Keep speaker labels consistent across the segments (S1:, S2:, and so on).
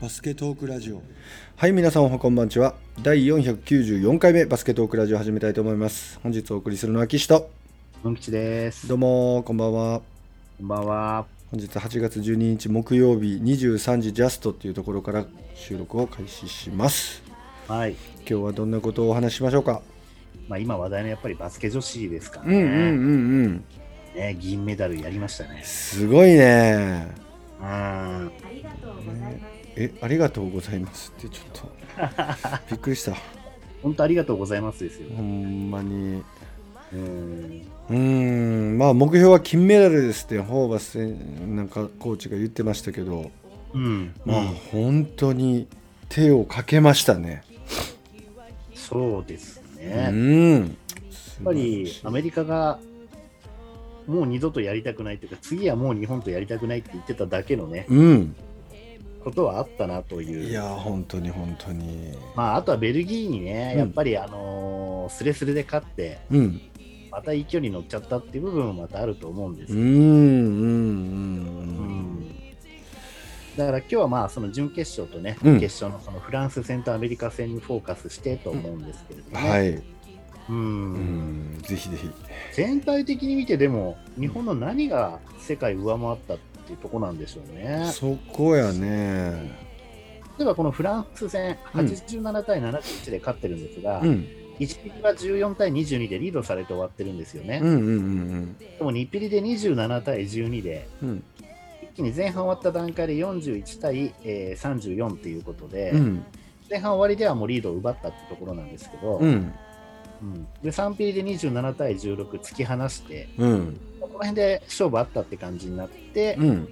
S1: バスケトークラジオ
S2: はい皆さんおはこんばんちは第494回目バスケットークラジオ始めたいと思います本日お送りするのは岸と
S3: 文吉です。
S2: どうもこんばんは
S3: こんばんは。
S2: 本日8月12日木曜日23時ジャストっていうところから収録を開始します
S3: はい。
S2: 今日はどんなことをお話ししましょうか
S3: まあ今話題のやっぱりバスケ女子ですから
S2: うん
S3: ね。
S2: うんうんうん
S3: ね銀メダルやりましたね。
S2: すごいね
S3: うん。
S2: えありがとうございますってちょっとびっくりした
S3: 本当ありがとうございますですよ。
S2: ほんまに
S3: うん。
S2: うーんまあ目標は金メダルですってホーバスなんかコーチが言ってましたけど
S3: うん。
S2: まあ
S3: うん
S2: 本当に手をかけましたね。
S3: そうです
S2: う
S3: ね。やっ
S2: ん。やっ
S3: ぱりアメリカがもう二度とやりたくないというか、次はもう日本とやりたくないって言ってただけのね、
S2: うん。
S3: ことはあったなという。
S2: いや本当に本当に。
S3: まああとはベルギーにね、
S2: うん
S3: やっぱりあのースレスレで勝って、
S2: うん。
S3: また勢いに乗っちゃったっていう部分もまたあると思うんですけ
S2: う
S3: ど
S2: んうん
S3: だから今日はまあその準決勝とね、
S2: うん
S3: 決勝のそのフランス戦とアメリカ戦にフォーカスしてと思うんですけれど
S2: うん。
S3: も、ね
S2: はい。
S3: うん
S2: うん。ぜひぜひ。
S3: 全体的に見てでも日本の何が世界上回ったっていうとこなんでしょうね。
S2: そこやね。
S3: 例えばこのフランス戦
S2: うん
S3: 87対71で勝ってるんですが、
S2: うん。
S3: 1ピリは14対22でリードされて終わってるんですよね。
S2: うんうんうん
S3: でも2ピリで27対12で
S2: うん。うん。
S3: 一気に前半終わった段階で41対、えー34ということで、
S2: うん。
S3: 前半終わりではもうリードを奪ったってところなんですけど、
S2: うん。
S3: うんで3ピリで27対16突き放して
S2: うん。
S3: この辺で勝負あったって感じになって、
S2: う
S3: ま
S2: ん。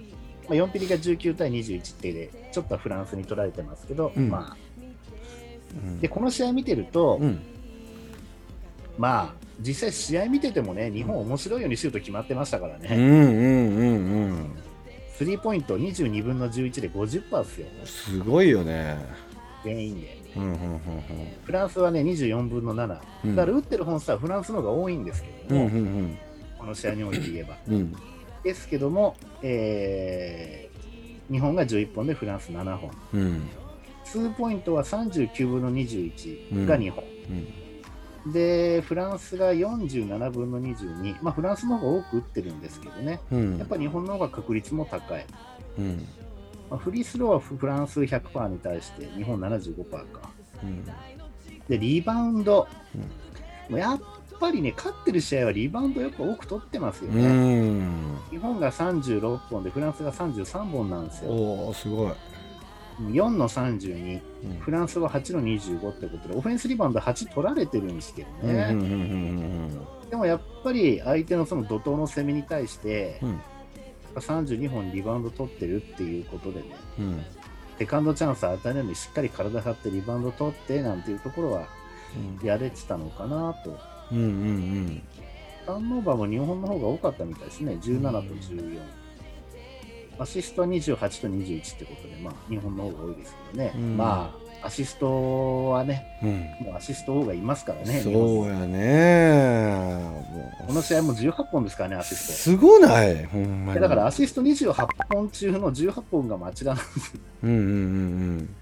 S3: あ、4ピリが19対21ってでちょっとはフランスに取られてますけど、
S2: うん
S3: まあ、でこの試合見てると、
S2: うん。
S3: まあ実際試合見ててもね日本面白いようにシュート決まってましたから
S2: うんう
S3: ね、
S2: んうんうん。
S3: スリーポイント22分の11で50%ですよ
S2: すごいよね。
S3: 全員で
S2: うんうんうん
S3: フランスはね24分の7だか
S2: うん。
S3: ら打ってる本数はフランスの方が多いんですけ
S2: う
S3: ど
S2: ん
S3: も、
S2: うん
S3: この試合において言えば
S2: うん。うん。
S3: ですけども、えー日本が11本でフランス7本、
S2: うん。
S3: ツーポイントは39分の21が日本、
S2: うん。
S3: でフランスが47分の22、まあ、フランスの方が多く打ってるんですけどね、
S2: うん
S3: やっぱり日本の方が確率も高い、
S2: うん
S3: まあ、フリースローはフランス100%に対して日本75%か、
S2: うん
S3: でリバウンド、やっぱりね、勝ってる試合はリバウンド、やっぱ多く取ってますよ
S2: う
S3: ね。
S2: ん
S3: 日本が36本でフランスが33本なんですよ。
S2: おおすごい、
S3: 4の32、
S2: うん
S3: フランスは8の25ってことで、オフェンスリバウンド8取られてるんですけどね、
S2: うんうんうん
S3: でもやっぱり相手のその怒涛の攻めに対して
S2: う、ん
S3: 32本リバウンド取ってるっていうことでね、
S2: うん
S3: セカンドチャンス与えないのにしっかり体張ってリバウンド取ってなんていうところはやれてたのかなと、
S2: うんうんうん
S3: ターンオーバーも日本の方が多かったみたいですね、17と14。アシストは28と21ってことで、まあ、日本の方が多いですけどね、
S2: うん
S3: まあ、アシストはね、
S2: うん
S3: もうアシスト王がいますからね、日本
S2: そうやねもう
S3: この試合も18本ですからね、アシス
S2: すごないほんま
S3: ト。
S2: に
S3: だからアシスト28本中の18本が町田なんですよ。
S2: うんうんうん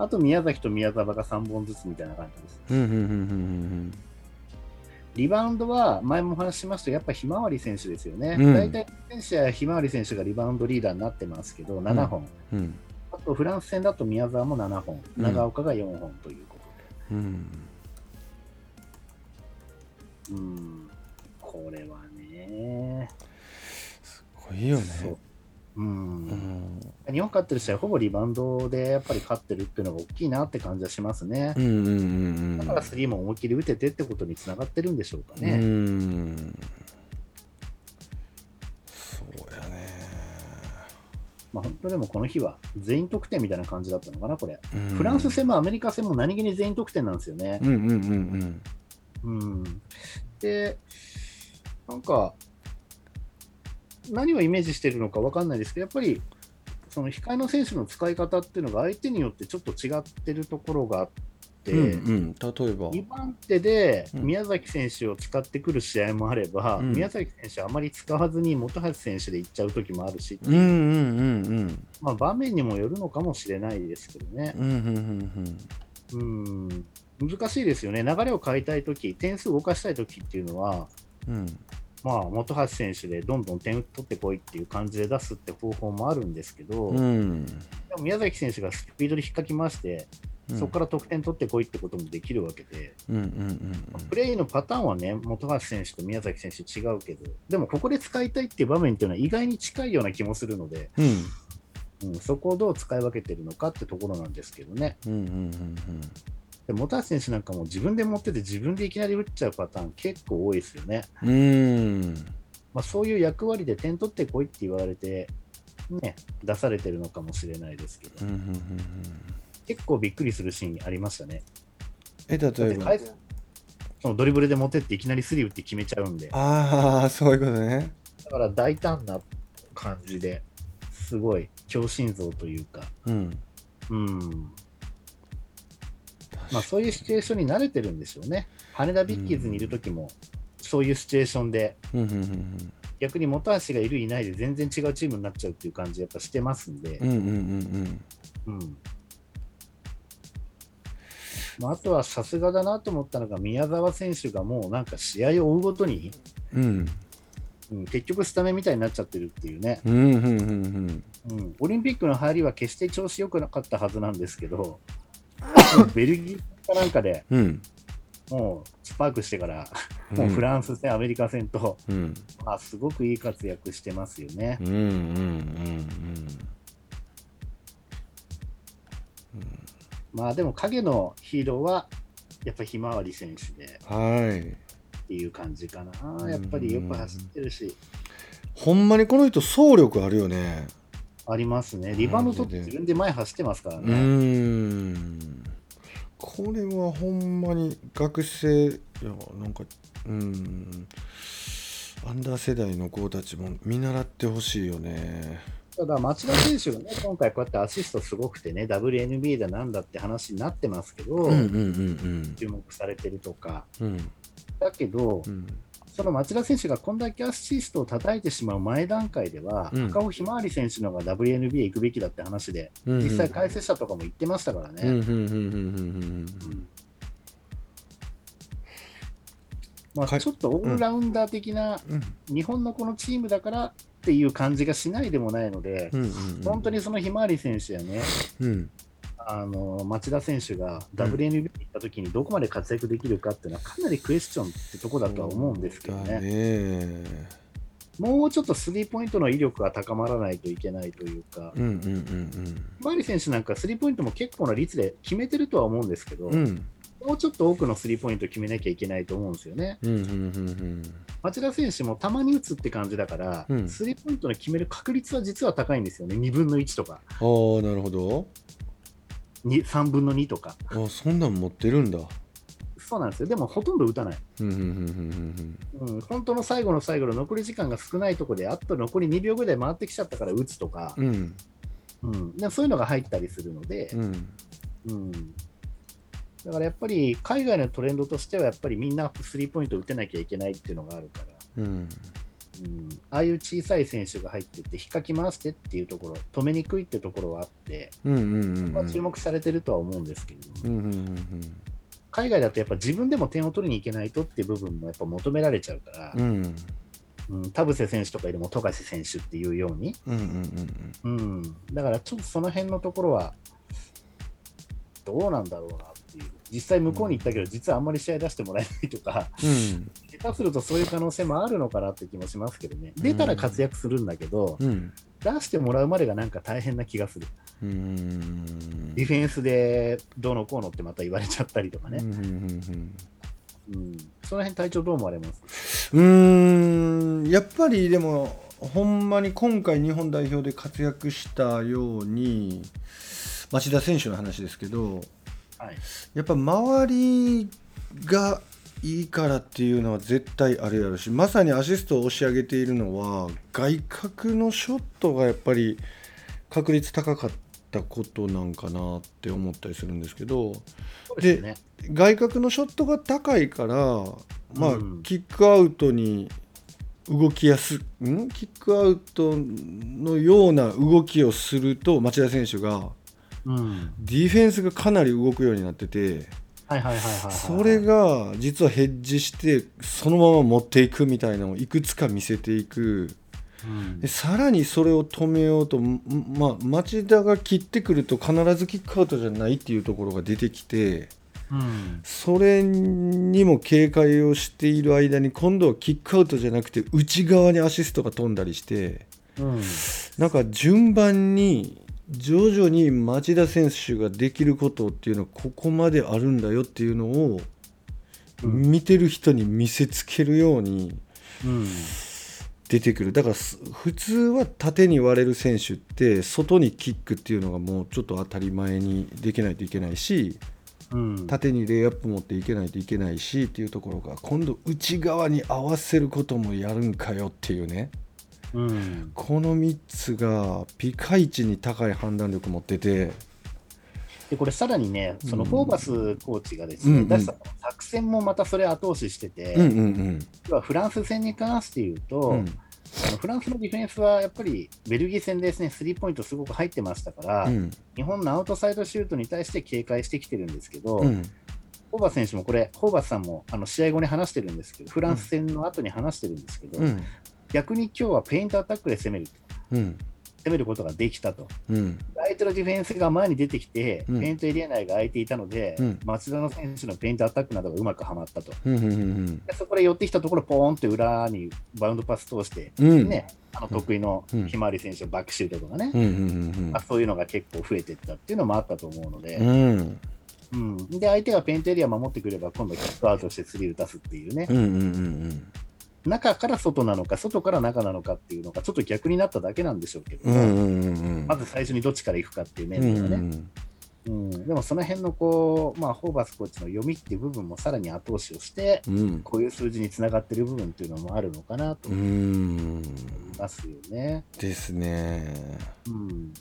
S3: あと宮崎と宮沢が3本ずつみたいな感じです。
S2: うんうんうんうん
S3: リバウンドは前もお話ししましたけどやっぱひまわり選手ですよね。
S2: うん
S3: 大体全試合ひまわり選手がリバウンドリーダーになってますけど、7本。
S2: うんうん
S3: あとフランス戦だと宮沢も7本、
S2: うん
S3: 長岡が4本というこ
S2: うん
S3: とで。うん、これはね。
S2: すごいよね
S3: そう。うん
S2: うん
S3: 日本勝ってる試合、ほぼリバウンドでやっぱり勝ってるっていうのが大きいなって感じはしますね。
S2: うんうんうんうん
S3: だからスリーも思いっきり打ててってことにつながってるんでしょうか
S2: う
S3: ね。
S2: んそうやね
S3: まあ、本当でもこの日は全員得点みたいな感じだったのかな、これ。
S2: うん
S3: フランス戦もアメリカ戦も何気に全員得点なんですよね。
S2: うんうんうん
S3: うん、で、なんか、何をイメージしてるのか分かんないですけど、やっぱり、その控えの選手の使い方っていうのが相手によってちょっと違ってるところがあっって、
S2: うんうん、例えば、
S3: 2番手で
S2: うん
S3: 宮崎選手を使ってくる試合もあれば、
S2: うん
S3: 宮崎選手あまり使わずに本橋選手で行っちゃう時もあるし、
S2: うんうんうんうん
S3: まあ、場面にもよるのかもしれないですけどね、
S2: うんうんうん
S3: うん、難しいですよね、流れを変えたい時点数を動かしたい時っていうのは、
S2: うんうん
S3: まあ、本橋選手でどんどん点取ってこいっていう感じで出すって方法もあるんですけど、
S2: う
S3: で
S2: ん
S3: も宮崎選手がスピードで引っかき回して、
S2: うん
S3: そこから得点取ってこいってこともできるわけで、
S2: うんうんうん
S3: プレーのパターンはね、本橋選手と宮崎選手違うけど、でもここで使いたいっていう場面っていうのは意外に近いような気もするので、
S2: うんうん
S3: うん、そこをどう使い分けてるのかってところなんですけどね。
S2: うんうんうん
S3: で本橋選手なんかも自分で持ってて自分でいきなり打っちゃうパターン結構多いですよね。
S2: うんうん
S3: まあ、そういう役割で点取ってこいって言われて、ね、出されてるのかもしれないですけど
S2: うんう、んうん
S3: 結構びっくりするシーンありましたね。
S2: え
S3: だっ
S2: 例え
S3: て
S2: ば
S3: 海そのドリブルで持ってっていきなりスリー打って決めちゃうんで、
S2: ああそういうことね
S3: だから大胆な感じですごい強心臓というか、
S2: うん
S3: うんまあ、そういうシチュエーションに慣れてるんでしょうね。羽田ビッキーズにいる時も、そういうシチュエーションで、
S2: うんうんうん
S3: 逆に本橋がいる、いないで全然違うチームになっちゃうっていう感じ、やっぱしてますんで
S2: う、んうんうん
S3: うんまあ、あとはさすがだなと思ったのが、宮澤選手がもうなんか試合を追うごとに、
S2: うんうん
S3: うん、結局スタメンみたいになっちゃってるっていうね、
S2: うんうんうんうん
S3: うん、オリンピックの入りは決して調子良くなかったはずなんですけど、ベルギーかなんかで
S2: うん
S3: もうスパークしてから、
S2: うん
S3: もうフランス戦、アメリカ戦と、
S2: うん
S3: まあ、すごくいい活躍してますよね
S2: う。んうんうん
S3: まあでも影のヒーローはやっぱひまわり選手で
S2: うんはい
S3: っていう感じかな、やっぱりよく走ってるし、
S2: ほんまにこの人走力あるよね
S3: ありますね、リバウンド取って自分で前走ってますから
S2: う
S3: ね、
S2: ーんこれはほんまに学生いやなんかうんアンダー世代の子たちも見習ってほしいよね
S3: ただ町田選手がね、今回こうやってアシストすごくてね、WNB だなんだって話になってますけど、
S2: うんうんうん
S3: 注目されてるとか、
S2: うんうん
S3: だけど、
S2: うん
S3: その町田選手がこんだけアシストを叩いてしまう前段階では、
S2: うん
S3: 赤尾ひまわり選手の方が WNB 行くべきだって話で、
S2: うん
S3: 実際、解説者とかも言ってましたからね。
S2: うんうんうんうんうん
S3: ま
S2: か
S3: あ、ちょっとオールラウンダー的な、
S2: うん
S3: 日本のこのチームだからっていう感じがしないでもないので、
S2: うんうん
S3: 本当にそのひまわり選手やね、
S2: うん
S3: あの町田選手が WNB に行った時にどこまで活躍できるかっていうのは、かなりクエスチョンってとこだとは思うんですけど
S2: だ
S3: ね、
S2: ね
S3: もうちょっとスリーポイントの威力が高まらないといけないというか、
S2: うんうんうん
S3: ひまわり選手なんか、スリーポイントも結構な率で決めてるとは思うんですけど、
S2: うんうん
S3: もうちょっと多くのスリーポイント決めなきゃいけないと思うんですよね。
S2: うんうんうん
S3: 町田選手もたまに打つって感じだから、
S2: うん
S3: スリーポイントの決める確率は実は高いんですよね、2分の1とか、
S2: うんああなるほど
S3: に3分の2とか、
S2: あそんなん持ってるんだ
S3: そうなんですよ、でもほとんど打たない、
S2: うんうんうんうん
S3: うん、本当の最後の最後の残り時間が少ないところで、あと残り2秒ぐらい回ってきちゃったから打つとか、
S2: うんうん
S3: うんでそういうのが入ったりするので、
S2: うん
S3: うんだからやっぱり海外のトレンドとしては、やっぱりみんなスリーポイント打てなきゃいけないっていうのがあるから。
S2: うん
S3: うん、ああいう小さい選手が入ってって、引っかき回してっていうところ、止めにくいってところはあって、
S2: うんうんうん
S3: まあ、注目されてるとは思うんですけれども、
S2: うんうんうん
S3: 海外だとやっぱ自分でも点を取りに行けないとっていう部分もやっぱ求められちゃうから
S2: う、ん
S3: うん、田臥選手とかよりも富樫選手っていうように、
S2: うんうんうん
S3: うん、だからちょっとその辺のところは、どうなんだろうなっていう、実際向こうに行ったけど、実はあんまり試合出してもらえないとか、
S2: うん
S3: 下手するとそういう可能性もあるのかなって気もしますけどね、出たら活躍するんだけど、
S2: うん
S3: 出してもらうまでがなんか大変な気がする。
S2: うん
S3: ディフェンスでどうのこうのってまた言われちゃったりとかね。
S2: うん
S3: うん。その辺体調どう思われます
S2: うんやっぱりでもほんまに今回日本代表で活躍したように町田選手の話ですけど
S3: はい。
S2: やっぱ周りがいいからっていうのは絶対あるやろしまさにアシストを押し上げているのは外角のショットがやっぱり確率高かっったことなんかなって思ったりするんですけど
S3: そうですね。
S2: 外角のショットが高いから、まあ
S3: うん
S2: キックアウトに動きやすんキックアウトのような動きをすると町田選手が
S3: うん。
S2: ディフェンスがかなり動くようになってて
S3: はいはいはいはい、はい。
S2: それが実はヘッジしてそのまま持っていくみたいなのをいくつか見せていく。
S3: うん
S2: でさらにそれを止めようと、んまあ、町田が切ってくると必ずキックアウトじゃないっていうところが出てきて
S3: うん。
S2: それにも警戒をしている間に今度はキックアウトじゃなくて内側にアシストが飛んだりして
S3: うん。
S2: なんか順番に徐々に町田選手ができることっていうのはここまであるんだよっていうのを
S3: うん
S2: 見てる人に見せつけるように。
S3: うん。
S2: 出てくるだからす普通は縦に割れる選手って外にキックっていうのがもうちょっと当たり前にできないといけないし
S3: うん。
S2: 縦にレイアップ持っていけないといけないしっていうところが今度内側に合わせることもやるんかよっていうね
S3: うん。
S2: この3つがピカイチに高い判断力持ってて
S3: で、これさらにね、その
S2: うん
S3: ホーバスコーチがです
S2: う
S3: ね、
S2: んうん
S3: 出した作戦もまたそれ後押ししてて、
S2: うんうん
S3: 要はフランス戦に関して言うと、
S2: うんうん
S3: あのフランスのディフェンスはやっぱりベルギー戦ですね、スリーポイントすごく入ってましたから、
S2: うん
S3: 日本のアウトサイドシュートに対して警戒してきてるんですけど、
S2: うん
S3: ホーバス選手もこれ、ホーバスさんもあの試合後に話してるんですけど、フランス戦の後に話してるんですけど、
S2: うん
S3: 逆に今日はペイントアタックで攻める
S2: うん
S3: 攻めることができたと。
S2: うん
S3: 相手のディフェンスが前に出てきて、
S2: うん
S3: ペイントエリア内が空いていたので、
S2: うん
S3: 松田の選手のペイントアタックなどがうまくはまったと。
S2: うんうんうん
S3: でそこで寄ってきたところ、ポーンって裏にバウンドパス通して、
S2: うん
S3: ね、あの得意の
S2: うん
S3: ひまわり選手のバックシュートとかね、
S2: うんうんうん
S3: まあ、そういうのが結構増えていったっていうのもあったと思うの
S2: う
S3: で、
S2: ん
S3: うんで相手がペイントエリア守ってくれば、今度、キックアウトしてスリー打たすっていうね、
S2: うんうんうん
S3: 中から外なのか、外から中なのかっていうのが、ちょっと逆になっただけなんでしょうけど、
S2: うんうんうんうん
S3: まず最初にどっちから行くかっていう面
S2: う
S3: で
S2: ん
S3: はね。
S2: うん
S3: うん、でもその辺のこう、まあ、ホーバスコーチの読みっていう部分もさらに後押しをして、
S2: うん
S3: こういう数字につながってる部分っていうのもあるのかなと
S2: うー
S3: 思い
S2: ん
S3: ますよね。
S2: ですね
S3: うん、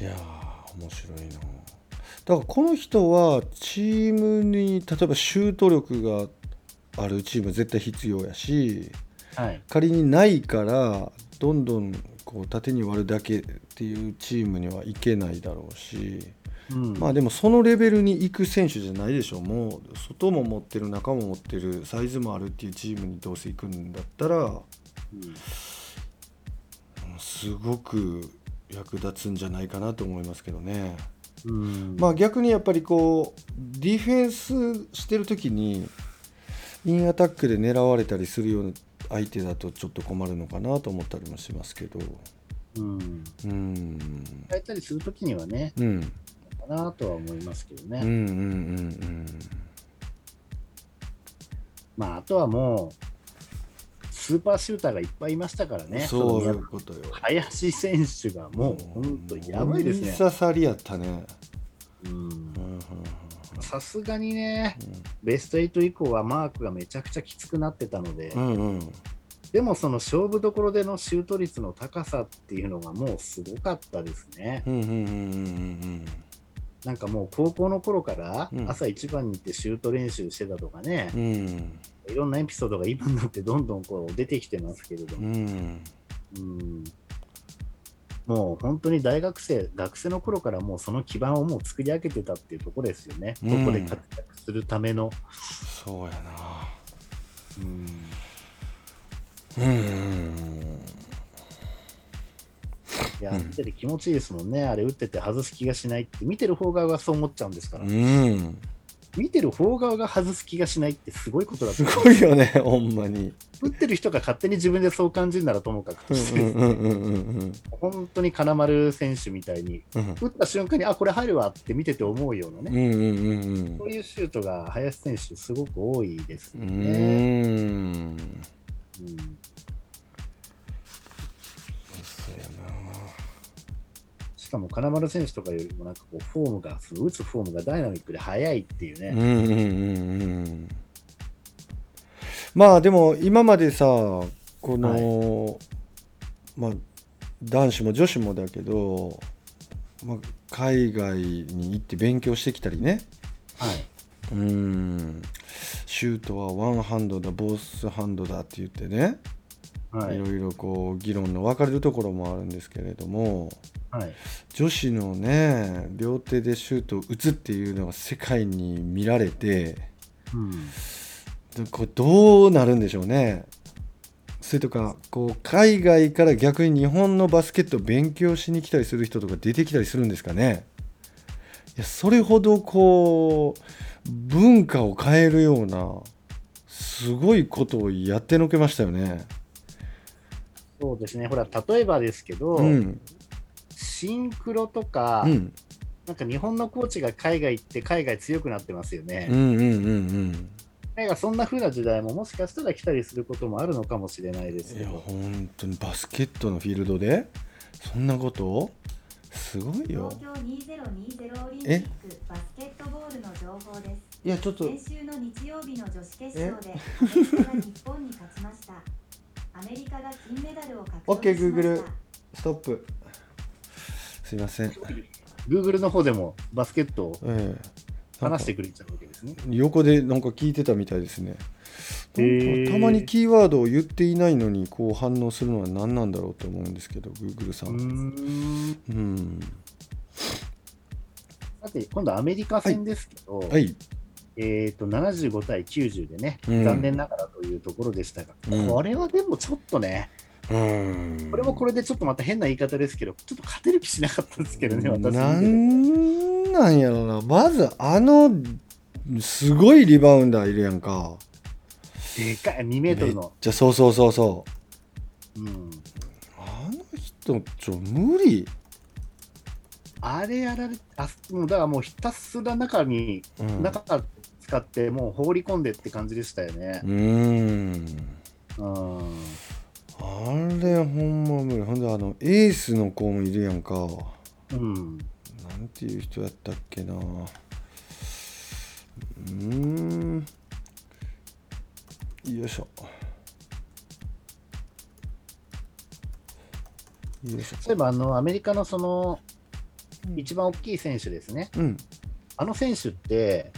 S2: いやー面白いなだからこの人はチームに例えばシュート力があるチームは絶対必要やし
S3: はい。
S2: 仮にないからどんどんこう縦に割るだけっていうチームにはいけないだろうし
S3: うん、
S2: まあでもそのレベルに行く選手じゃないでしょうもう外も持ってる中も持ってるサイズもあるっていうチームにどうせ行くんだったら
S3: うん
S2: すごく役立つんじゃないかなと思いますけどね、
S3: うん
S2: まあ、逆にやっぱりこうディフェンスしてる時にインアタックで狙われたりするような相手だとちょっと困るのかなと思ったりもしますけど
S3: う
S2: う
S3: ん、
S2: ーん
S3: 変えたりするときにはね、
S2: うんうん
S3: かなとは思いますけどね。
S2: うんうんうん
S3: まあ、あとはもう、スーパーシューターがいっぱいいましたから
S2: うん
S3: ね。
S2: そうい
S3: の
S2: うことよ
S3: 林選手がもう本当やばいです
S2: 大
S3: ね。
S2: 刺さりやったね
S3: うん
S2: うんうん
S3: さすがにね、ベスト8以降はマークがめちゃくちゃきつくなってたので、
S2: うんうんうん
S3: でもその勝負どころでのシュート率の高さっていうのがもうすごかったですね。
S2: うんうんうんうん
S3: なんかもう高校の頃から
S2: うん
S3: 朝一番に行ってシュート練習してたとかね
S2: うんう、ん
S3: いろんなエピソードが今になってどんどんこう出てきてますけれど
S2: う
S3: も、
S2: ん
S3: うんもう本当に大学生、学生の頃からもうその基盤をもう作り上げてたっていうところですよね。
S2: うん
S3: ここで活躍するための。
S2: そうやな
S3: うん
S2: うんうんうん
S3: いや、見てて気持ちいいですもんね、あれ打ってて外す気がしないって、見てる方側がそう思っちゃうんですから、
S2: うん、
S3: 見てる方側が外す気がしないってすごいことだと
S2: す
S3: 思う
S2: ごいよね、ほんまに。
S3: 打ってる人が勝手に自分でそう感じるならともかくとして、
S2: うんうんうんうん
S3: 本当に金丸選手みたいに、
S2: うん
S3: 打った瞬間に、あこれ入るわって見てて思うような
S2: う
S3: ね、
S2: んうんうん
S3: そういうシュートが林選手、すごく多いです
S2: う
S3: よね。
S2: ん。
S3: うんしかも金丸選手とかよりも、なんかこう、フォームが、その打つフォームがダイナミックで速いっていう
S2: うん
S3: ね、
S2: うんうんうん。まあでも今までさ、この、まあ男子も女子もだけど、まあ、海外に行って勉強してきたりね
S3: はい。
S2: うんシュートはワンハンドだボースハンドだって言ってね、、
S3: はいい。
S2: ろいろこう議論の分かれるところもあるんですけれども
S3: はい。
S2: 女子のね両手でシュートを打つっていうのが世界に見られて
S3: うん。
S2: でこれどうなるんでしょうねそれとかこう海外から逆に日本のバスケットを勉強しに来たりする人とか出てきたりするんですかねいやそれほどこう文化を変えるようなすごいことをやってのけましたよね。
S3: そうですね。ほら、例えばですけど、
S2: うん、
S3: シンクロとか、
S2: うん、
S3: なんか日本のコーチが海外行って海外強くなってますよね。
S2: うんうんうんうん
S3: 海外そんな風な時代ももしかしたら来たりすることもあるのかもしれないです
S2: い
S3: け
S2: や
S3: ど。
S2: 本当にバスケットのフィールドでそんなことすごいよ
S1: 東京2020オリンピ
S2: え
S1: ックバスケットボールの情報です。
S2: いやちょっと
S1: 先週の日曜日の女子決勝でアメリカが日本に勝ちました。アメリカが金メダルを獲
S2: オッケ
S1: 得
S2: ー
S1: しまし
S2: Google
S1: た。
S2: ストップすいません、
S3: Google の方でもバスケットを
S2: ええ、
S3: 話して
S2: なんか
S3: くれちゃうわけですね。
S2: 横でなんか聞いてたみたいですね
S3: へえ
S2: なんかたまにキーワードを言っていないのにこう反応するのは何なんだろうと思うんですけど Google さ
S3: うー
S2: ん
S3: ん。
S2: うん
S3: さて、今度アメリカ戦ですけど、
S2: はい
S3: えっと、75対90でね、
S2: うん
S3: 残念ながらというところでしたが、
S2: うん
S3: これはでもちょっとね、
S2: うん
S3: これもこれでちょっとまた変な言い方ですけど、ちょっと勝てる気しなかったですけどね、私見て
S2: なん
S3: て。
S2: なんやろなまずあのすごいリバウンダーいるやんか
S3: でかい、2メートルの。
S2: じゃそうそうそうそう
S3: うん。
S2: あの人ちょ無理
S3: あれやられあ、もうだからもうひたすら中に、
S2: うん
S3: 中から使って、もう放り込んでって感じでしたよね
S2: う。ーん
S3: うん。
S2: あれほんま無理ほんであのエースの子もいるやんか
S3: うん。
S2: なんていう人やったっけなうーんよいしょよいし
S3: そういえば、あの、アメリカのその、一番大きい選手ですね。
S2: ょうん
S3: あの選手って、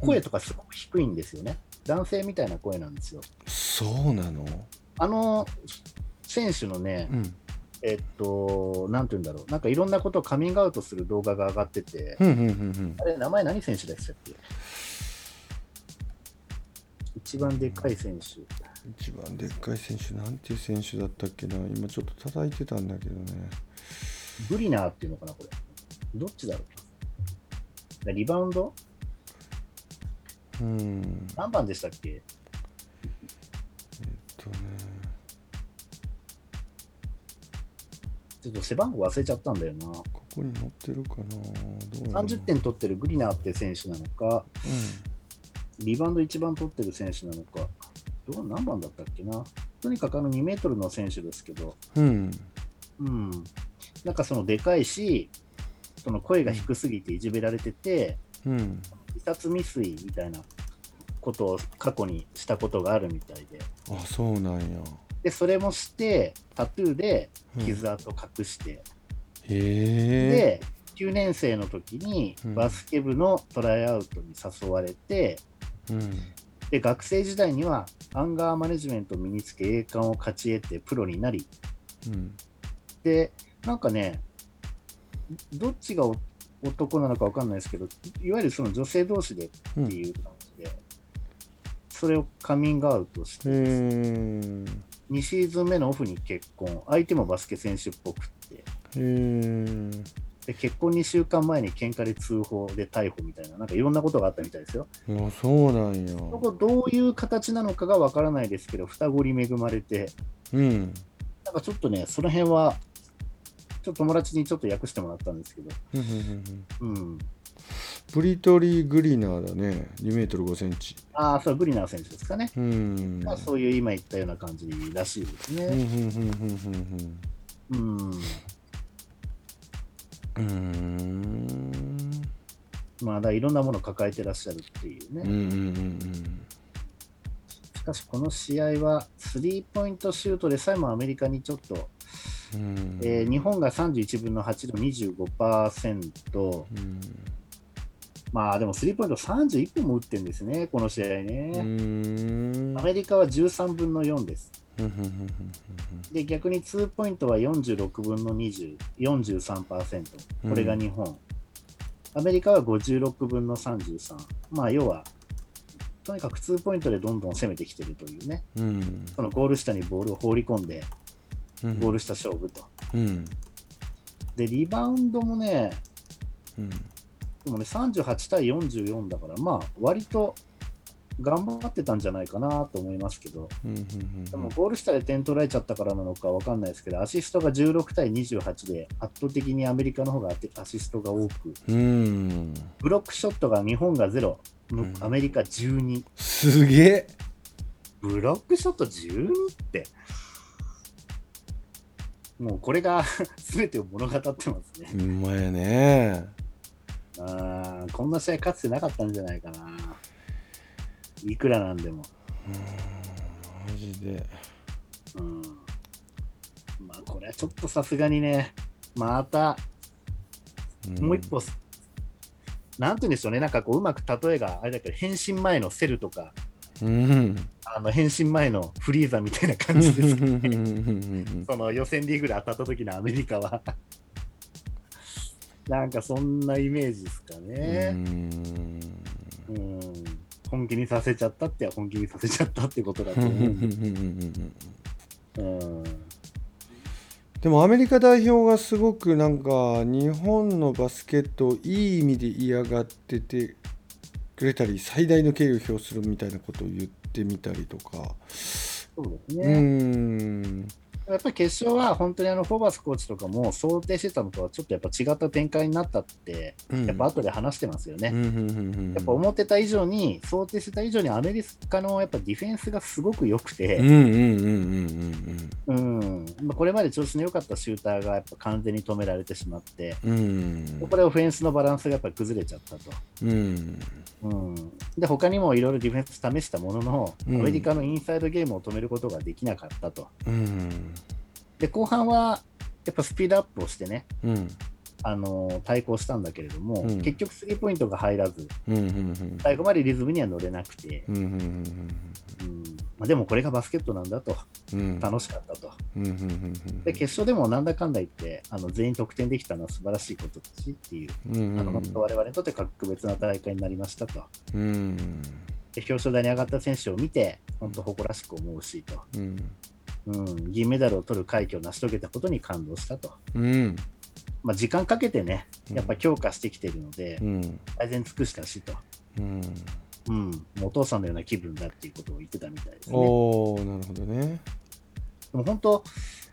S3: 声とかすごく低いんですよね。男性みたいな声なんですよ。
S2: そうなの
S3: あの選手のね、
S2: うん
S3: えっと、なんて言うんだろう、なんかいろんなことをカミングアウトする動画が上がってて、
S2: うんうんうん
S3: あれ、名前何選手でしたっけ一番でかい選手。
S2: うん一番でっかい選手なんていう選手だったっけな今ちょっと叩いてたんだけどね
S3: ブリナーっていうのかな、これ。どっちだろうリバウンド
S2: うん
S3: 何番でしたっけ
S2: えっとね
S3: ちょっと背番号忘れちゃったんだよな。
S2: ここに載ってるかなどうなの
S3: 30点取ってるグリナーって選手なのか、リバウンド一番取ってる選手なのか、どう何番だったっけな。とにかくあの2メートルの選手ですけど、
S2: うん、うん、
S3: うん、なんかそのでかいし、その声が低すぎていじめられてて、
S2: うん
S3: 自殺未遂みたいなことを過去にしたことがあるみたいで、
S2: あそうなんや
S3: でそれもして、タトゥーで
S2: うん
S3: 傷跡隠して、
S2: へえ
S3: で、9年生の時に
S2: うん
S3: バスケ部のトライアウトに誘われて、
S2: うん
S3: で学生時代にはアンガーマネジメントを身につけ栄冠を勝ち得てプロになり
S2: うん
S3: でなんかねどっちがお男なのかわかんないですけどいわゆるその女性同士でって
S2: うん
S3: いう感じで、それをカミングアウトし
S2: う
S3: て、
S2: ん
S3: 2シーズン目のオフに結婚相手もバスケ選手っぽくって
S2: へー
S3: で結婚2週間前に喧嘩で通報で逮捕みたいななんかいろんなことがあったみたいですよ
S2: あそうなんや
S3: そこどういう形なのかがわからないですけど双子に恵まれて
S2: うん
S3: なんかちょっとね、その辺は、ちょっと友達にちょっと訳してもらったんですけど、
S2: うんうんうんうん
S3: うん。
S2: ブリトリー・グリナーだね2メートル5センチ
S3: ああ、それはグリナー選手ですかね。
S2: うん
S3: まあ、そういう今言ったような感じらしいです
S2: うん
S3: ね。
S2: うんうんうん
S3: うん。
S2: うんうん
S3: まあ、だからいろんなものを抱えてらっしゃるっていう
S2: うんう
S3: ね。
S2: んうんうん
S3: しかし、この試合は、スリーポイントシュートでさえもアメリカにちょっと
S2: うん
S3: えー日本が31分の8の25%、
S2: うん
S3: まあでもスリーポイント31分も打ってるんですね、この試合
S2: うー
S3: ね。
S2: ん
S3: アメリカは13分の4です。
S2: うんうんうんうん
S3: で、逆にツーポイントは46分の20、43%。これが日本。アメリカは56分の33。まあ要は、とにかくツーポイントでどんどん攻めてきてるというね。
S2: うんうん
S3: そのゴール下にボールを放り込んで、
S2: うん
S3: ゴール下勝負と。
S2: うん
S3: で、リバウンドもね、
S2: うん
S3: でもね、38対44だから、まあ、割と頑張ってたんじゃないかなと思いますけど、
S2: うんうん
S3: でもゴール下で点取られちゃったからなのかわかんないですけど、アシストが16対28で、圧倒的にアメリカの方がアテアシストが多く、
S2: うん
S3: ブロックショットが日本が0、む
S2: うん
S3: アメリカ12、
S2: すげえ
S3: ブロックショット12って、もうこれが 全てを物語ってますね。
S2: うまいね
S3: あーこんな試合かつてなかったんじゃないかな。いくらなんでも。
S2: うんマジで
S3: うんまあこれはちょっとさすがにね、また
S2: ん
S3: もう一歩、なんて言うんでしょうね、なんかこううまく例えがあれだけど、変身前のセルとか、
S2: うん
S3: あの変身前のフリーザみたいな
S2: うん
S3: 感
S2: う
S3: じです。
S2: んうんうん
S3: その予選リーグで当たった時のアメリカは。 なんかそんなイメージですか
S2: う
S3: ね。
S2: ん
S3: うん本気にさせちゃったって本気にさせちゃったってことだと
S2: うんう
S3: 思
S2: んう
S3: うんで。
S2: んうん
S3: うん
S2: でもアメリカ代表がすごくなんか日本のバスケットをいい意味で嫌がっててくれたり最大の敬意を表するみたいなことを言ってみたりとか、
S3: そうですね。
S2: うん
S3: やっぱり決勝は本当にあのフォーバスコーチとかも想定してたのとはちょっとやっぱ違った展開になったって、
S2: うん
S3: やっぱ後で話してますよね。
S2: うんうんうんうん
S3: やっぱ思ってた以上に、想定してた以上にアメリカのやっぱディフェンスがすごく良く
S2: うん
S3: て、
S2: うんうんうんうん
S3: うん、まあこれまで調子の良かったシューターがやっぱ完全に止められてしまって、
S2: うんうん
S3: ここでオフェンスのバランスがやっぱ崩れちゃったと。
S2: うん
S3: うん、で、他にもいろいろディフェンス試したものの、
S2: うん
S3: アメリカのインサイドゲームを止めることができなかったと。
S2: うん
S3: で、後半はやっぱスピードアップをしてね、
S2: うん
S3: あのー対抗したんだけれども、
S2: うん
S3: 結局スリーポイントが入らず、
S2: うんうんうん
S3: 最後までリズムには乗れなくて、
S2: うんうんうん
S3: うんまあ、でもこれがバスケットなんだと、
S2: うん
S3: 楽しかったと。
S2: うんうんうんうん
S3: で、決勝でもなんだかんだ言って、あの全員得点できたのは素晴らしいことだしっていう、
S2: うん
S3: あの本当我々にとって格別な大会になりましたと。
S2: うん
S3: で、表彰台に上がった選手を見て、本当誇らしく思うしと、
S2: うん
S3: うん、銀メダルを取る快挙を成し遂げたことに感動したと。
S2: うん
S3: まあ、時間かけてね、やっぱ強化してきているので
S2: う、ん
S3: 改善尽くしたしと。
S2: うん
S3: うん、もうお父さんのような気分だっていうことを言ってたみたいですね。
S2: おーなるほどね
S3: でも本当、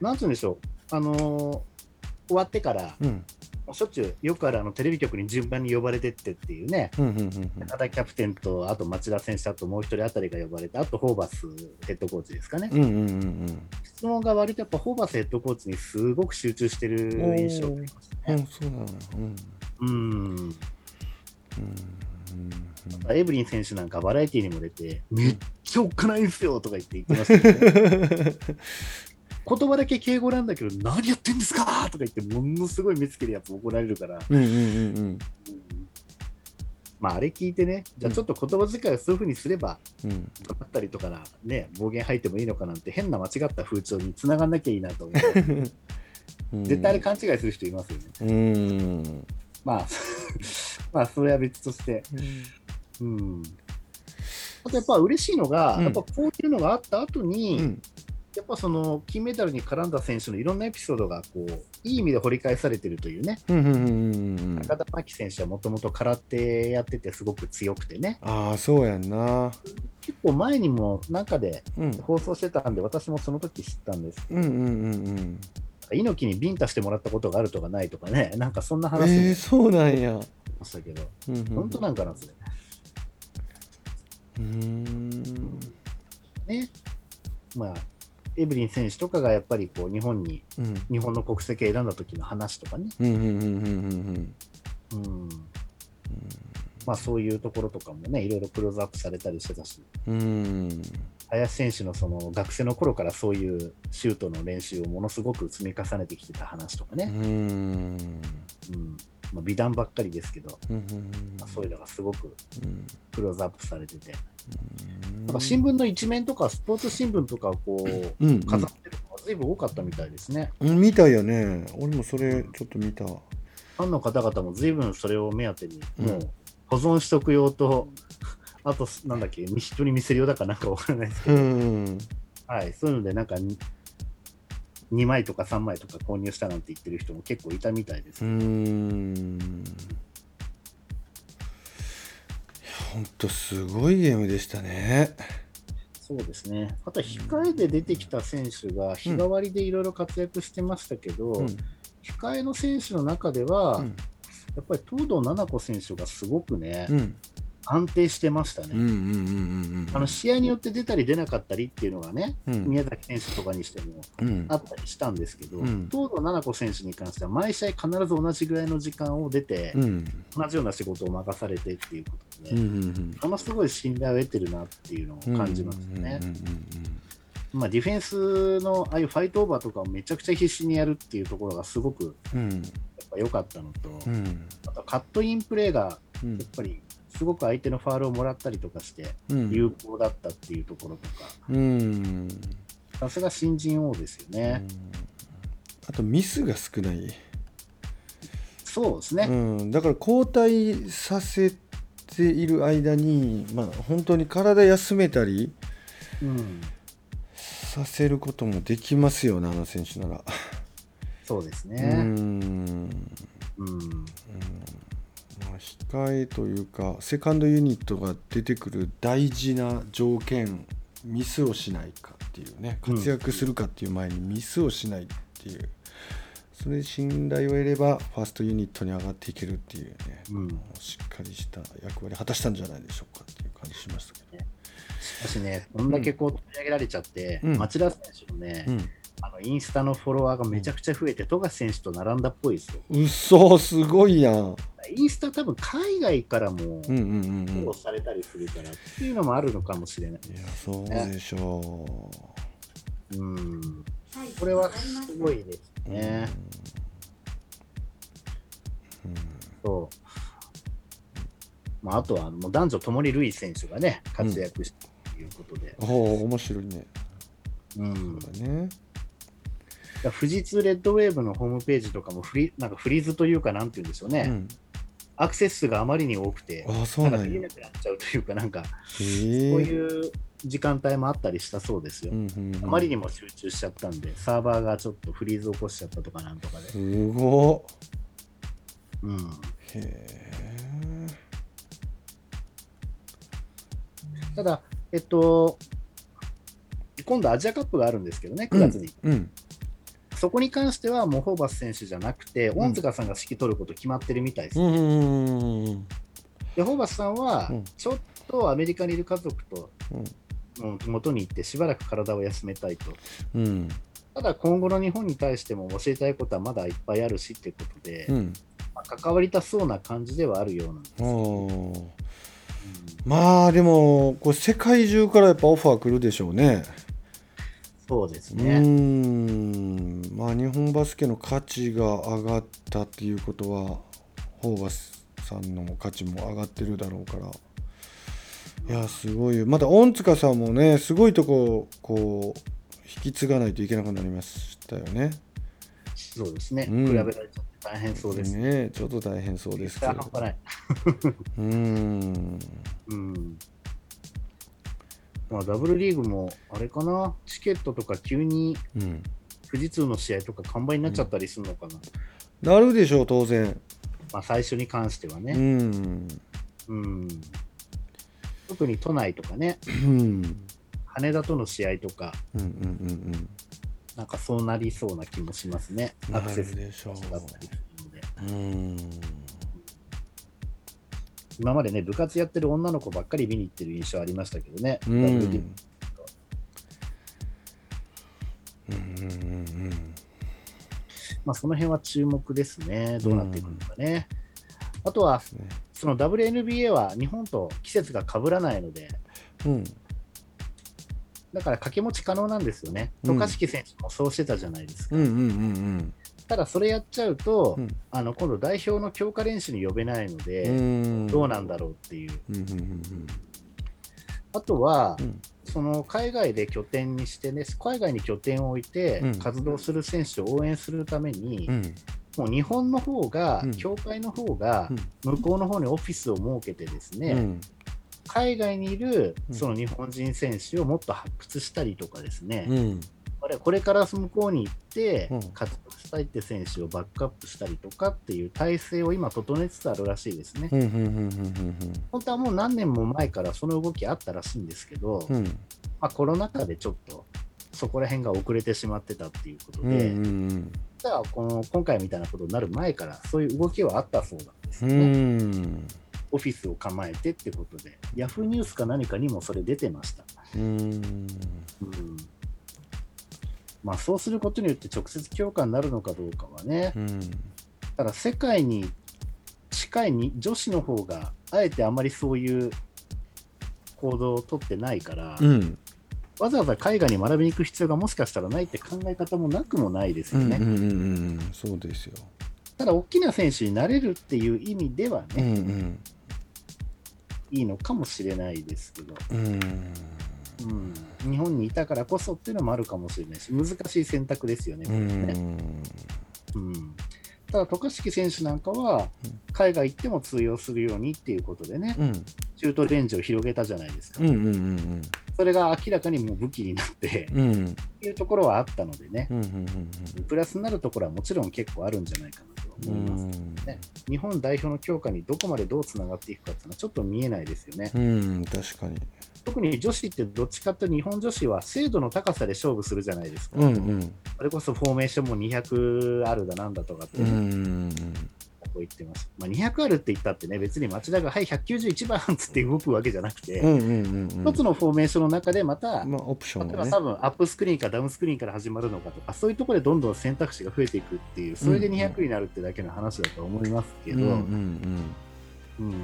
S3: なんて言うんでしょう、あのー終わってから、
S2: うん
S3: しょっちゅうよくあるあのテレビ局に順番に呼ばれてってっていうね、
S2: うんうんうん
S3: 高田キャプテンと、あと町田選手だともう一人あたりが呼ばれて、あとホーバスヘッドコーチですかね、
S2: うんうんうん
S3: 質問が割とやっぱホーバスヘッドコーチにすごく集中してる
S2: うん
S3: 印象がありました
S2: う
S3: ね。
S2: んそうなのうん
S3: うん、
S2: うんうん
S3: エブリン選手なんかバラエティーにも出て、めっちゃおっかないんすよとか言って言ってましたけどね、言葉だけ敬語なんだけど、何やってんですかとか言って、ものすごい見つけるやつ怒られるから、
S2: うんうんうんうん
S3: まあ、あれ聞いてね、じゃあちょっと言葉遣いをそういうふうにすれば、
S2: うん
S3: だったりとかな、ね、暴言吐いてもいいのかなんて、変な間違った風潮に繋がんなきゃいいなと思
S2: う
S3: う。
S2: ん
S3: 絶対あれ勘違いする人いますよね。
S2: うん
S3: まあ、 まあ、それは別として。
S2: うん
S3: うん。あとやっぱ嬉しいのが、
S2: うん
S3: やっぱこういうのがあった後に、
S2: うん
S3: やっぱその金メダルに絡んだ選手のいろんなエピソードがこういい意味で掘り返されてるというね、
S2: うんうんうんうんうん
S3: 中田真希選手はもともと空手やっててすごく強くてね、
S2: ああそうやんな
S3: 結構前にもなんかで
S2: うん
S3: 放送してたんで、私もその時知ったんです。
S2: うんうんうんうん
S3: 猪木にビンタしてもらったことがあるとかないとかね、 なんかそんな話も
S2: えー、
S3: し
S2: そうなんや
S3: ましたけど、
S2: うんうん
S3: 本当なんかなそれ。
S2: うーん
S3: ね。まあ、エブリン選手とかがやっぱりこう日本に、
S2: うん
S3: 日本の国籍選んだ時の話とかね。
S2: うんうんうんうんうんうん
S3: うん。まあ、そういうところとかもね、いろいろクローズアップされたりしてたし、
S2: うん
S3: 林選手のその学生の頃からそういうシュートの練習をものすごく積み重ねてきてた話とか
S2: う
S3: ね、
S2: ん
S3: うんまあ、美談ばっかりですけど、
S2: うん
S3: まあ、そういうのがすごく
S2: うん
S3: クローズアップされてて、
S2: うん
S3: なんか新聞の一面とか、スポーツ新聞とかをこう
S2: うん
S3: 飾ってるのが随分多かったみたいですね。
S2: うん見たよね俺もそれちょっと見た
S3: ファンの方々も随分それを目当てに、
S2: うん
S3: もう保存しとく用と、 あと、なんだっけ、人に見せる用だかなんかわからないです
S2: うん
S3: はい、そういうので、なんかに2枚とか3枚とか購入したなんて言ってる人も結構いたみたいです。
S2: うーん本当すごいゲームでしたね。
S3: そうですね。あと、控えで出てきた選手が日替わりでいろいろ活躍してましたけど、
S2: うん
S3: 控えの選手の中では、
S2: うん
S3: やっぱり東堂七子選手がすごくね、
S2: うん
S3: 安定してましたね。
S2: うんうんうんうん
S3: あの試合によって出たり出なかったりっていうのがね、
S2: うん
S3: 宮崎選手とかにしても
S2: うん
S3: あったりしたんですけど、
S2: うん
S3: 東堂七子選手に関しては、毎試合必ず同じぐらいの時間を出て、
S2: うん
S3: 同じような仕事を任されてっていうことで、
S2: うんうん
S3: ものすごい信頼を得てるなっていうのを
S2: うん
S3: 感じますね
S2: う。んうんうん
S3: まあ、ディフェンスのああいうファイトオーバーとかをめちゃくちゃ必死にやるっていうところがすごくや
S2: うん
S3: っぱ良かったのと、
S2: うんうん
S3: あとカットインプレーが
S2: うん
S3: やっぱりすごく相手のファールをもらったりとかして
S2: うん
S3: 有効だったっていうところとか、
S2: うん
S3: さすが新人王ですよね。
S2: あとミスが少ない。
S3: そうですね。
S2: うん、だから交代させている間に、まあ、本当に体休めたり
S3: うん、
S2: させることもできますよね、あの選手なら。
S3: そうです
S2: うー
S3: ね。
S2: ん、
S3: うん、
S2: まあ、控えというかセカンドユニットが出てくる大事な条件ミスをしないかっていうね
S3: うん
S2: 活躍するかっていう前にミスをしないっていう、それで信頼を得ればファーストユニットに上がっていけるっていうね、
S3: うん
S2: しっかりした役割果たしたんじゃないでしょうかっていう感じしましたけど。
S3: しかしね、こんだけこう取り上げられちゃって、
S2: うん
S3: 町田選手のね、あのインスタのフォロワーがめちゃくちゃ増えて、富樫選手と並んだっぽいですよ。
S2: うん、うそすごいやん。
S3: インスタ、多分海外からも
S2: うんうんうんうん
S3: フォローされたりするからっていうのもあるのかもしれない。
S2: いやそうでしょ
S3: うん、
S1: はい、
S3: これは
S1: わかりました
S3: すごいです
S2: う。
S3: ね。
S2: うん。
S3: そうまあ、あとはもう男女ともにルイ選手がね、活躍したということで、
S2: うん、おお面白いね。
S3: うん
S2: そうだね。
S3: 富士通レッドウェーブのホームページとかもフリ、なんかフリーズというか、なんていうんでしょうね、
S2: うん、
S3: アクセス数があまりに多くて、
S2: ああそうん
S3: なか
S2: なん
S3: 見れ
S2: や。
S3: なくなっちゃうというか、なんか、
S2: え
S3: こう
S2: え。
S3: いう時間帯もあったりしたそうですよ。あまりにも集中しちゃったんで、サーバーがちょっとフリーズ起こしちゃったとかなんとかで。
S2: すごっ
S3: うん。
S2: へえ。
S3: ただ、えっと、今度アジアカップがあるんですけどね、9月に。
S2: うん。
S3: そこに関しては、もうホーバス選手じゃなくて、恩塚さんが指揮取ること決まってるみたいです。
S2: うんうんうん
S3: で、ホーバスさんは
S2: うん、
S3: ちょっとアメリカにいる家族と、
S2: うん
S3: うん、元に行ってしばらく体を休めたいと。
S2: うん
S3: ただ、今後の日本に対しても教えたいことはまだいっぱいあるしってことで、
S2: うん。
S3: まあ関わりたそうな感じではあるようなんですけ
S2: う
S3: ど
S2: ん。ああ。まあでもこれ世界中からやっぱオファー来るでしょうね。
S3: そうです
S2: う
S3: ね。
S2: ーん。まあ日本バスケの価値が上がったっていうことはホーバスさんの価値も上がってるだろうから。いやすごいよまた恩塚さんもねすごいとここう引き継がないといけなくなりましたよね。
S3: そうですね。
S2: うん
S3: 比べられちゃって大変そうですね。
S2: ねちょっと大変そうですけど
S3: 半。端ない。
S2: うーん
S3: うん。まあ、ダブルリーグも、あれかな、チケットとか急に
S2: うん
S3: 富士通の試合とか完売になっちゃったりするのかな。
S2: なるでしょう当然。
S3: まあ、最初に関しては
S2: う
S3: ね。
S2: ん
S3: うん。特に都内とかね、
S2: うんうん
S3: 羽田との試合とか、
S2: うんうん
S3: なんかそうなりそうな気もしますね。
S2: うん。
S3: ア
S2: な
S3: クセ
S2: る
S3: ス
S2: でしょ
S3: だったり
S2: う。
S3: するので。
S2: うーん
S3: 今までね、部活やってる女の子ばっかり見に行ってる印象ありましたけどね。
S2: う
S3: WD
S2: んうんうんうん
S3: まあ、その辺は注目ですね、どうなっていくのかね。あとは、
S2: すね。
S3: その WNBA は日本と季節が被らないので、
S2: うん。
S3: だから掛け持ち可能なんですよね。
S2: うん
S3: 渡嘉敷選手もそうしてたじゃないですか。
S2: うんうんうん
S3: ただ、それやっちゃうと、
S2: うん
S3: あの今度、代表の強化練習に呼べないの
S2: う
S3: で、
S2: ん。
S3: どうなん
S2: だ
S3: だろうっていう。
S2: うんうんうん
S3: あとは、
S2: うん
S3: その海外で拠点にしてね、海外に拠点を置いて
S2: うん
S3: 活動する選手を応援するために、
S2: うん。うん。
S3: もう日本の方が、
S2: うん
S3: 協会の方が
S2: うん、
S3: 向こうの方にオフィスを設けてですね、
S2: うん
S3: 海外にいる
S2: うん
S3: その日本人選手をもっと発掘したりとかですね、
S2: うん。
S3: あるいはこれから向こうに行って
S2: うん、
S3: 活動したいって選手をバックアップしたりとかっていう体制を今、整えつつあるらしいですね。
S2: うんうんうんうん
S3: 本当はもう何年も前からその動きあったらしいんですけど、
S2: うんうん。
S3: まあ、コロナ禍でちょっとそこら辺が遅れてしまってたっていうことで、
S2: うんうん
S3: 実はこの今回みたいなことになる前からそういう動きはあったそうなんです
S2: う
S3: よね、
S2: ん。
S3: オフィスを構えてってことで、ヤフーニュースか何かにもそれ出てました。
S2: うん。
S3: うんまあ、そうすることによって直接強化になるのかどうかはね、
S2: うん。
S3: ただ世界に近いに女子の方があえてあまりそういう行動をとってないから、
S2: うん。
S3: わざわざ海外に学びに行く必要がもしかしたらないって考え方もなくもないです
S2: う
S3: よ
S2: ん
S3: ね。
S2: うんうんうん。そうですよ。
S3: ただ、大きな選手になれるっていう意味では
S2: うん
S3: ね、いいのかもしれないですけど、
S2: うん。うん。
S3: うん、日本にいたからこそっていうのもあるかもしれないし、難しい選択ですよね、こ
S2: う
S3: れね。
S2: ん。
S3: うんただ、渡嘉敷選手なんかは
S2: うん、
S3: 海外行っても通用するようにっていうことでね、
S2: うん。
S3: シュートレンジを広げたじゃないですか、
S2: うんうんうん
S3: それが明らかにもう武器になって、
S2: うん。うん。
S3: っていうところはあったのでね、
S2: うんうん
S3: プラスになるところはもちろん結構あるんじゃないかなと
S2: う
S3: 思います。
S2: ん。
S3: 日本代表の強化にどこまでどうつながっていくかっていうのはちょっと見えないですよね。
S2: うん。確かに。
S3: 特に女子ってどっちかっていうと日本女子は精度の高さで勝負するじゃないですか。
S2: うんうん。
S3: それこそフォーメーションも200あるだなんだとかって、
S2: うんうん
S3: こう言ってます。まあ、200あるって言ったってね、別に町田がはい191番っつって動くわけじゃなくて、
S2: うん。うんうんうん。
S3: 一つのフォーメーションの中でまた、
S2: まあ、オプション
S3: 例え
S2: が
S3: ば
S2: ね
S3: 多。分アップスクリーンかダウンスクリーンから始まるのかとか、そういうところでどんどん選択肢が増えていくっていう、それで200になるってだけの話だと思いますけ
S2: う
S3: ど、
S2: んうん
S3: うん、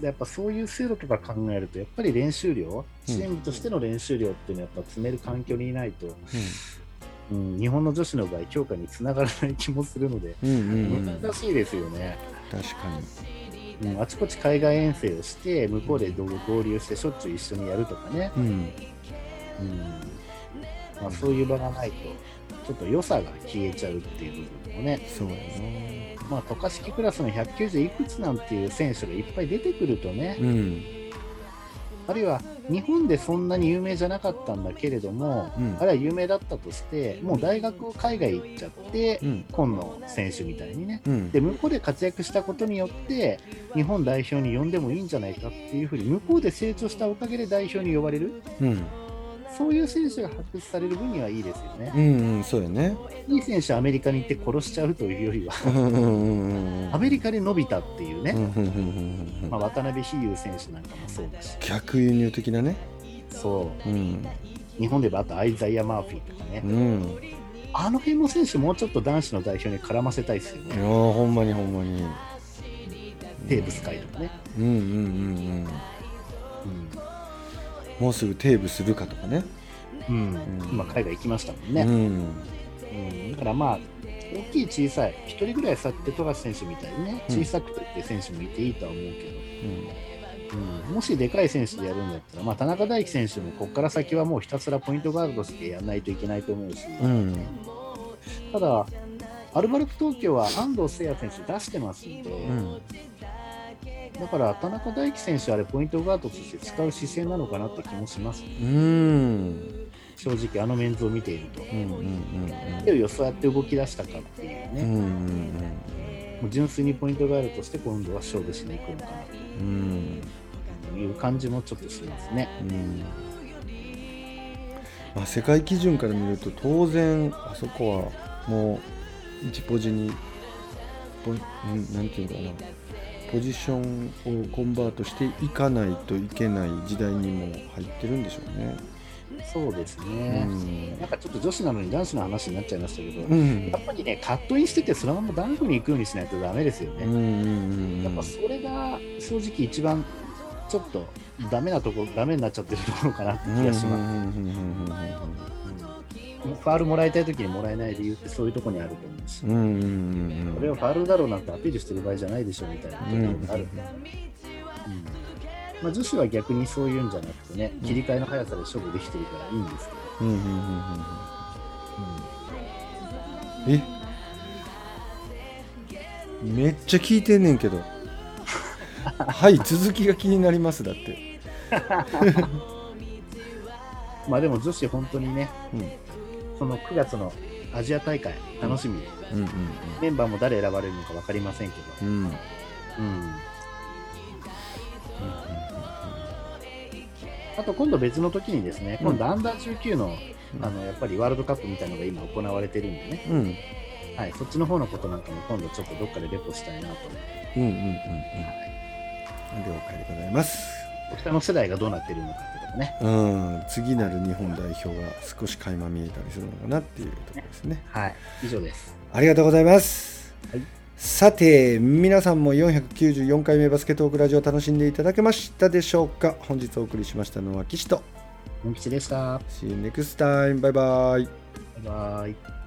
S3: でやっぱそういう制度とか考えると、やっぱり練習量、チームとしての練習量っていうのはやっぱ詰める環境にいないと、うん、日本の女子の場合、強化につながらない気もするので、
S2: うん。うんうんうん。
S3: 難
S2: 確
S3: しいですよね、
S2: かに。
S3: うん。あちこち海外遠征をして、向こうで同合流して、しょっちゅう一緒にやるとかね、
S2: うん。
S3: うんまあ、そういう場がないと、ちょっと良さが消えちゃうっていう部分もね。
S2: そうやな。
S3: まあ、渡嘉敷クラスの190いくつなんていう選手がいっぱい出てくるとね、
S2: うん。
S3: あるいは日本でそんなに有名じゃなかったんだけれども、
S2: うん
S3: あるいは有名だったとして、もう大学を海外行っちゃって、
S2: うん。
S3: 今野選手みたいにね。
S2: うん。
S3: で、向こうで活躍したことによって、日本代表に呼んでもいいんじゃないかっていうふうに、向こうで成長したおかげで代表に呼ばれる、
S2: うん。
S3: そういう選手が発掘される分にはいいですよね
S2: う。んうん。そうやね。
S3: いい選手はアメリカに行って殺しちゃうというよりは、
S2: うんうんうんうん。
S3: アメリカで伸びたっていう
S2: う
S3: ね、
S2: んうんうんうんう
S3: まあ、
S2: ん。
S3: 渡辺飛勇選手なんかもそうだし、
S2: 逆輸入的なね。
S3: そ
S2: うん。
S3: う、日本ではあとアイザイア・マーフィーとかね。
S2: うん。
S3: あの辺の選手、もうちょっと男子の代表に絡ませたいですよ
S2: いや
S3: ね、
S2: ーほんまにほんまに。
S3: テーブス会とかね。
S2: うんうんうんうん。
S3: う
S2: もうすぐテーブするかとかね。
S3: ん、
S2: うん
S3: 今、海外行きましたもん
S2: う
S3: ね。
S2: ん。
S3: うんだからまあ、大きい、小さい、1人ぐらい去って、富樫選手みたいにね、
S2: うん
S3: 小さくてって選手もいていいとは思うけど、うんもしでかい選手でやるんだったら、まあ、田中大輝選手もここから先はもうひたすらポイントガードとしてやらないといけないと思うし、
S2: うん。うん。
S3: ただ、アルバルク東京は安藤誠也選手出してますんで。
S2: うん。
S3: だから田中大輝選手、あれポイントガードとして使う姿勢なのかなって気もします、
S2: うん。
S3: 正直、あのメンズを見ていると。
S2: うんうんうん
S3: 手をよそうやって動き出したかっていう
S2: うん。うん
S3: ね、
S2: うん
S3: もう純粋にポイントガードとして今度は勝負しに行くのかな
S2: うん。うん。
S3: という感じもちょっとしますね。
S2: うんまあ、世界基準から見ると当然あそこはもう一ポジにポんなんていうかなポジションをコンバートしていかないといけない時代にも入ってるんでしょうね。
S3: そうです
S2: う
S3: ね、
S2: ん
S3: なんかちょっと女子なのに男子の話になっちゃいましたけど、
S2: うん
S3: やっぱりね、カットインしてて、そのままダンクに行くようにしないとダメですよ
S2: うんう
S3: ね。
S2: んうんう
S3: やっ
S2: ん
S3: ぱそれが正直一番ちょっとダメなとこダメになっちゃってるところかなって気がします。うんファールもらいたい時にもらえない理由ってそういうところにあると思うし
S2: う、んうんうんうん
S3: これはファールだろうなんてアピールしてる場合じゃないでしょみたいなところがあるんで、うんまあ、女子は逆にそういうんじゃなくてね、切り替えの速さで勝負できてるからいいんですけど。
S2: うんうんうんうん
S1: え
S2: えめっちゃ聞いてんねんけ どはい続きが気になりますだって
S3: まあでも女子本当にね、
S2: うん
S3: その9月のアジア大会楽しみで、
S2: うん
S3: メンバーも誰選ばれるのか分かりませんけ
S2: う
S3: ど、
S2: んうん
S3: うんあと今度別の時にですね、
S2: うん
S3: 今度アンダー19の
S2: うん
S3: あのやっぱりワールドカップみたいのが今行われてるんでね、
S2: うんうん
S3: はい、そっちの方のことなんかも今度ちょっとどっかでレポしたいなと思って、
S2: うんうんうんうん了解でございます
S3: 北の世代がどうなってるのかってことね、
S2: うん次なる日本代表が少し垣間見えたりするのかなっていうところですね
S3: はい、以上です。
S2: ありがとうございます、
S3: はい
S2: さて皆さんも494回目バスケットオークラジオ楽しんでいただけましたでしょうか本日お送りしましたのは岸と
S3: 本吉でした。バ
S2: See you next time バイバイ
S3: イバイ。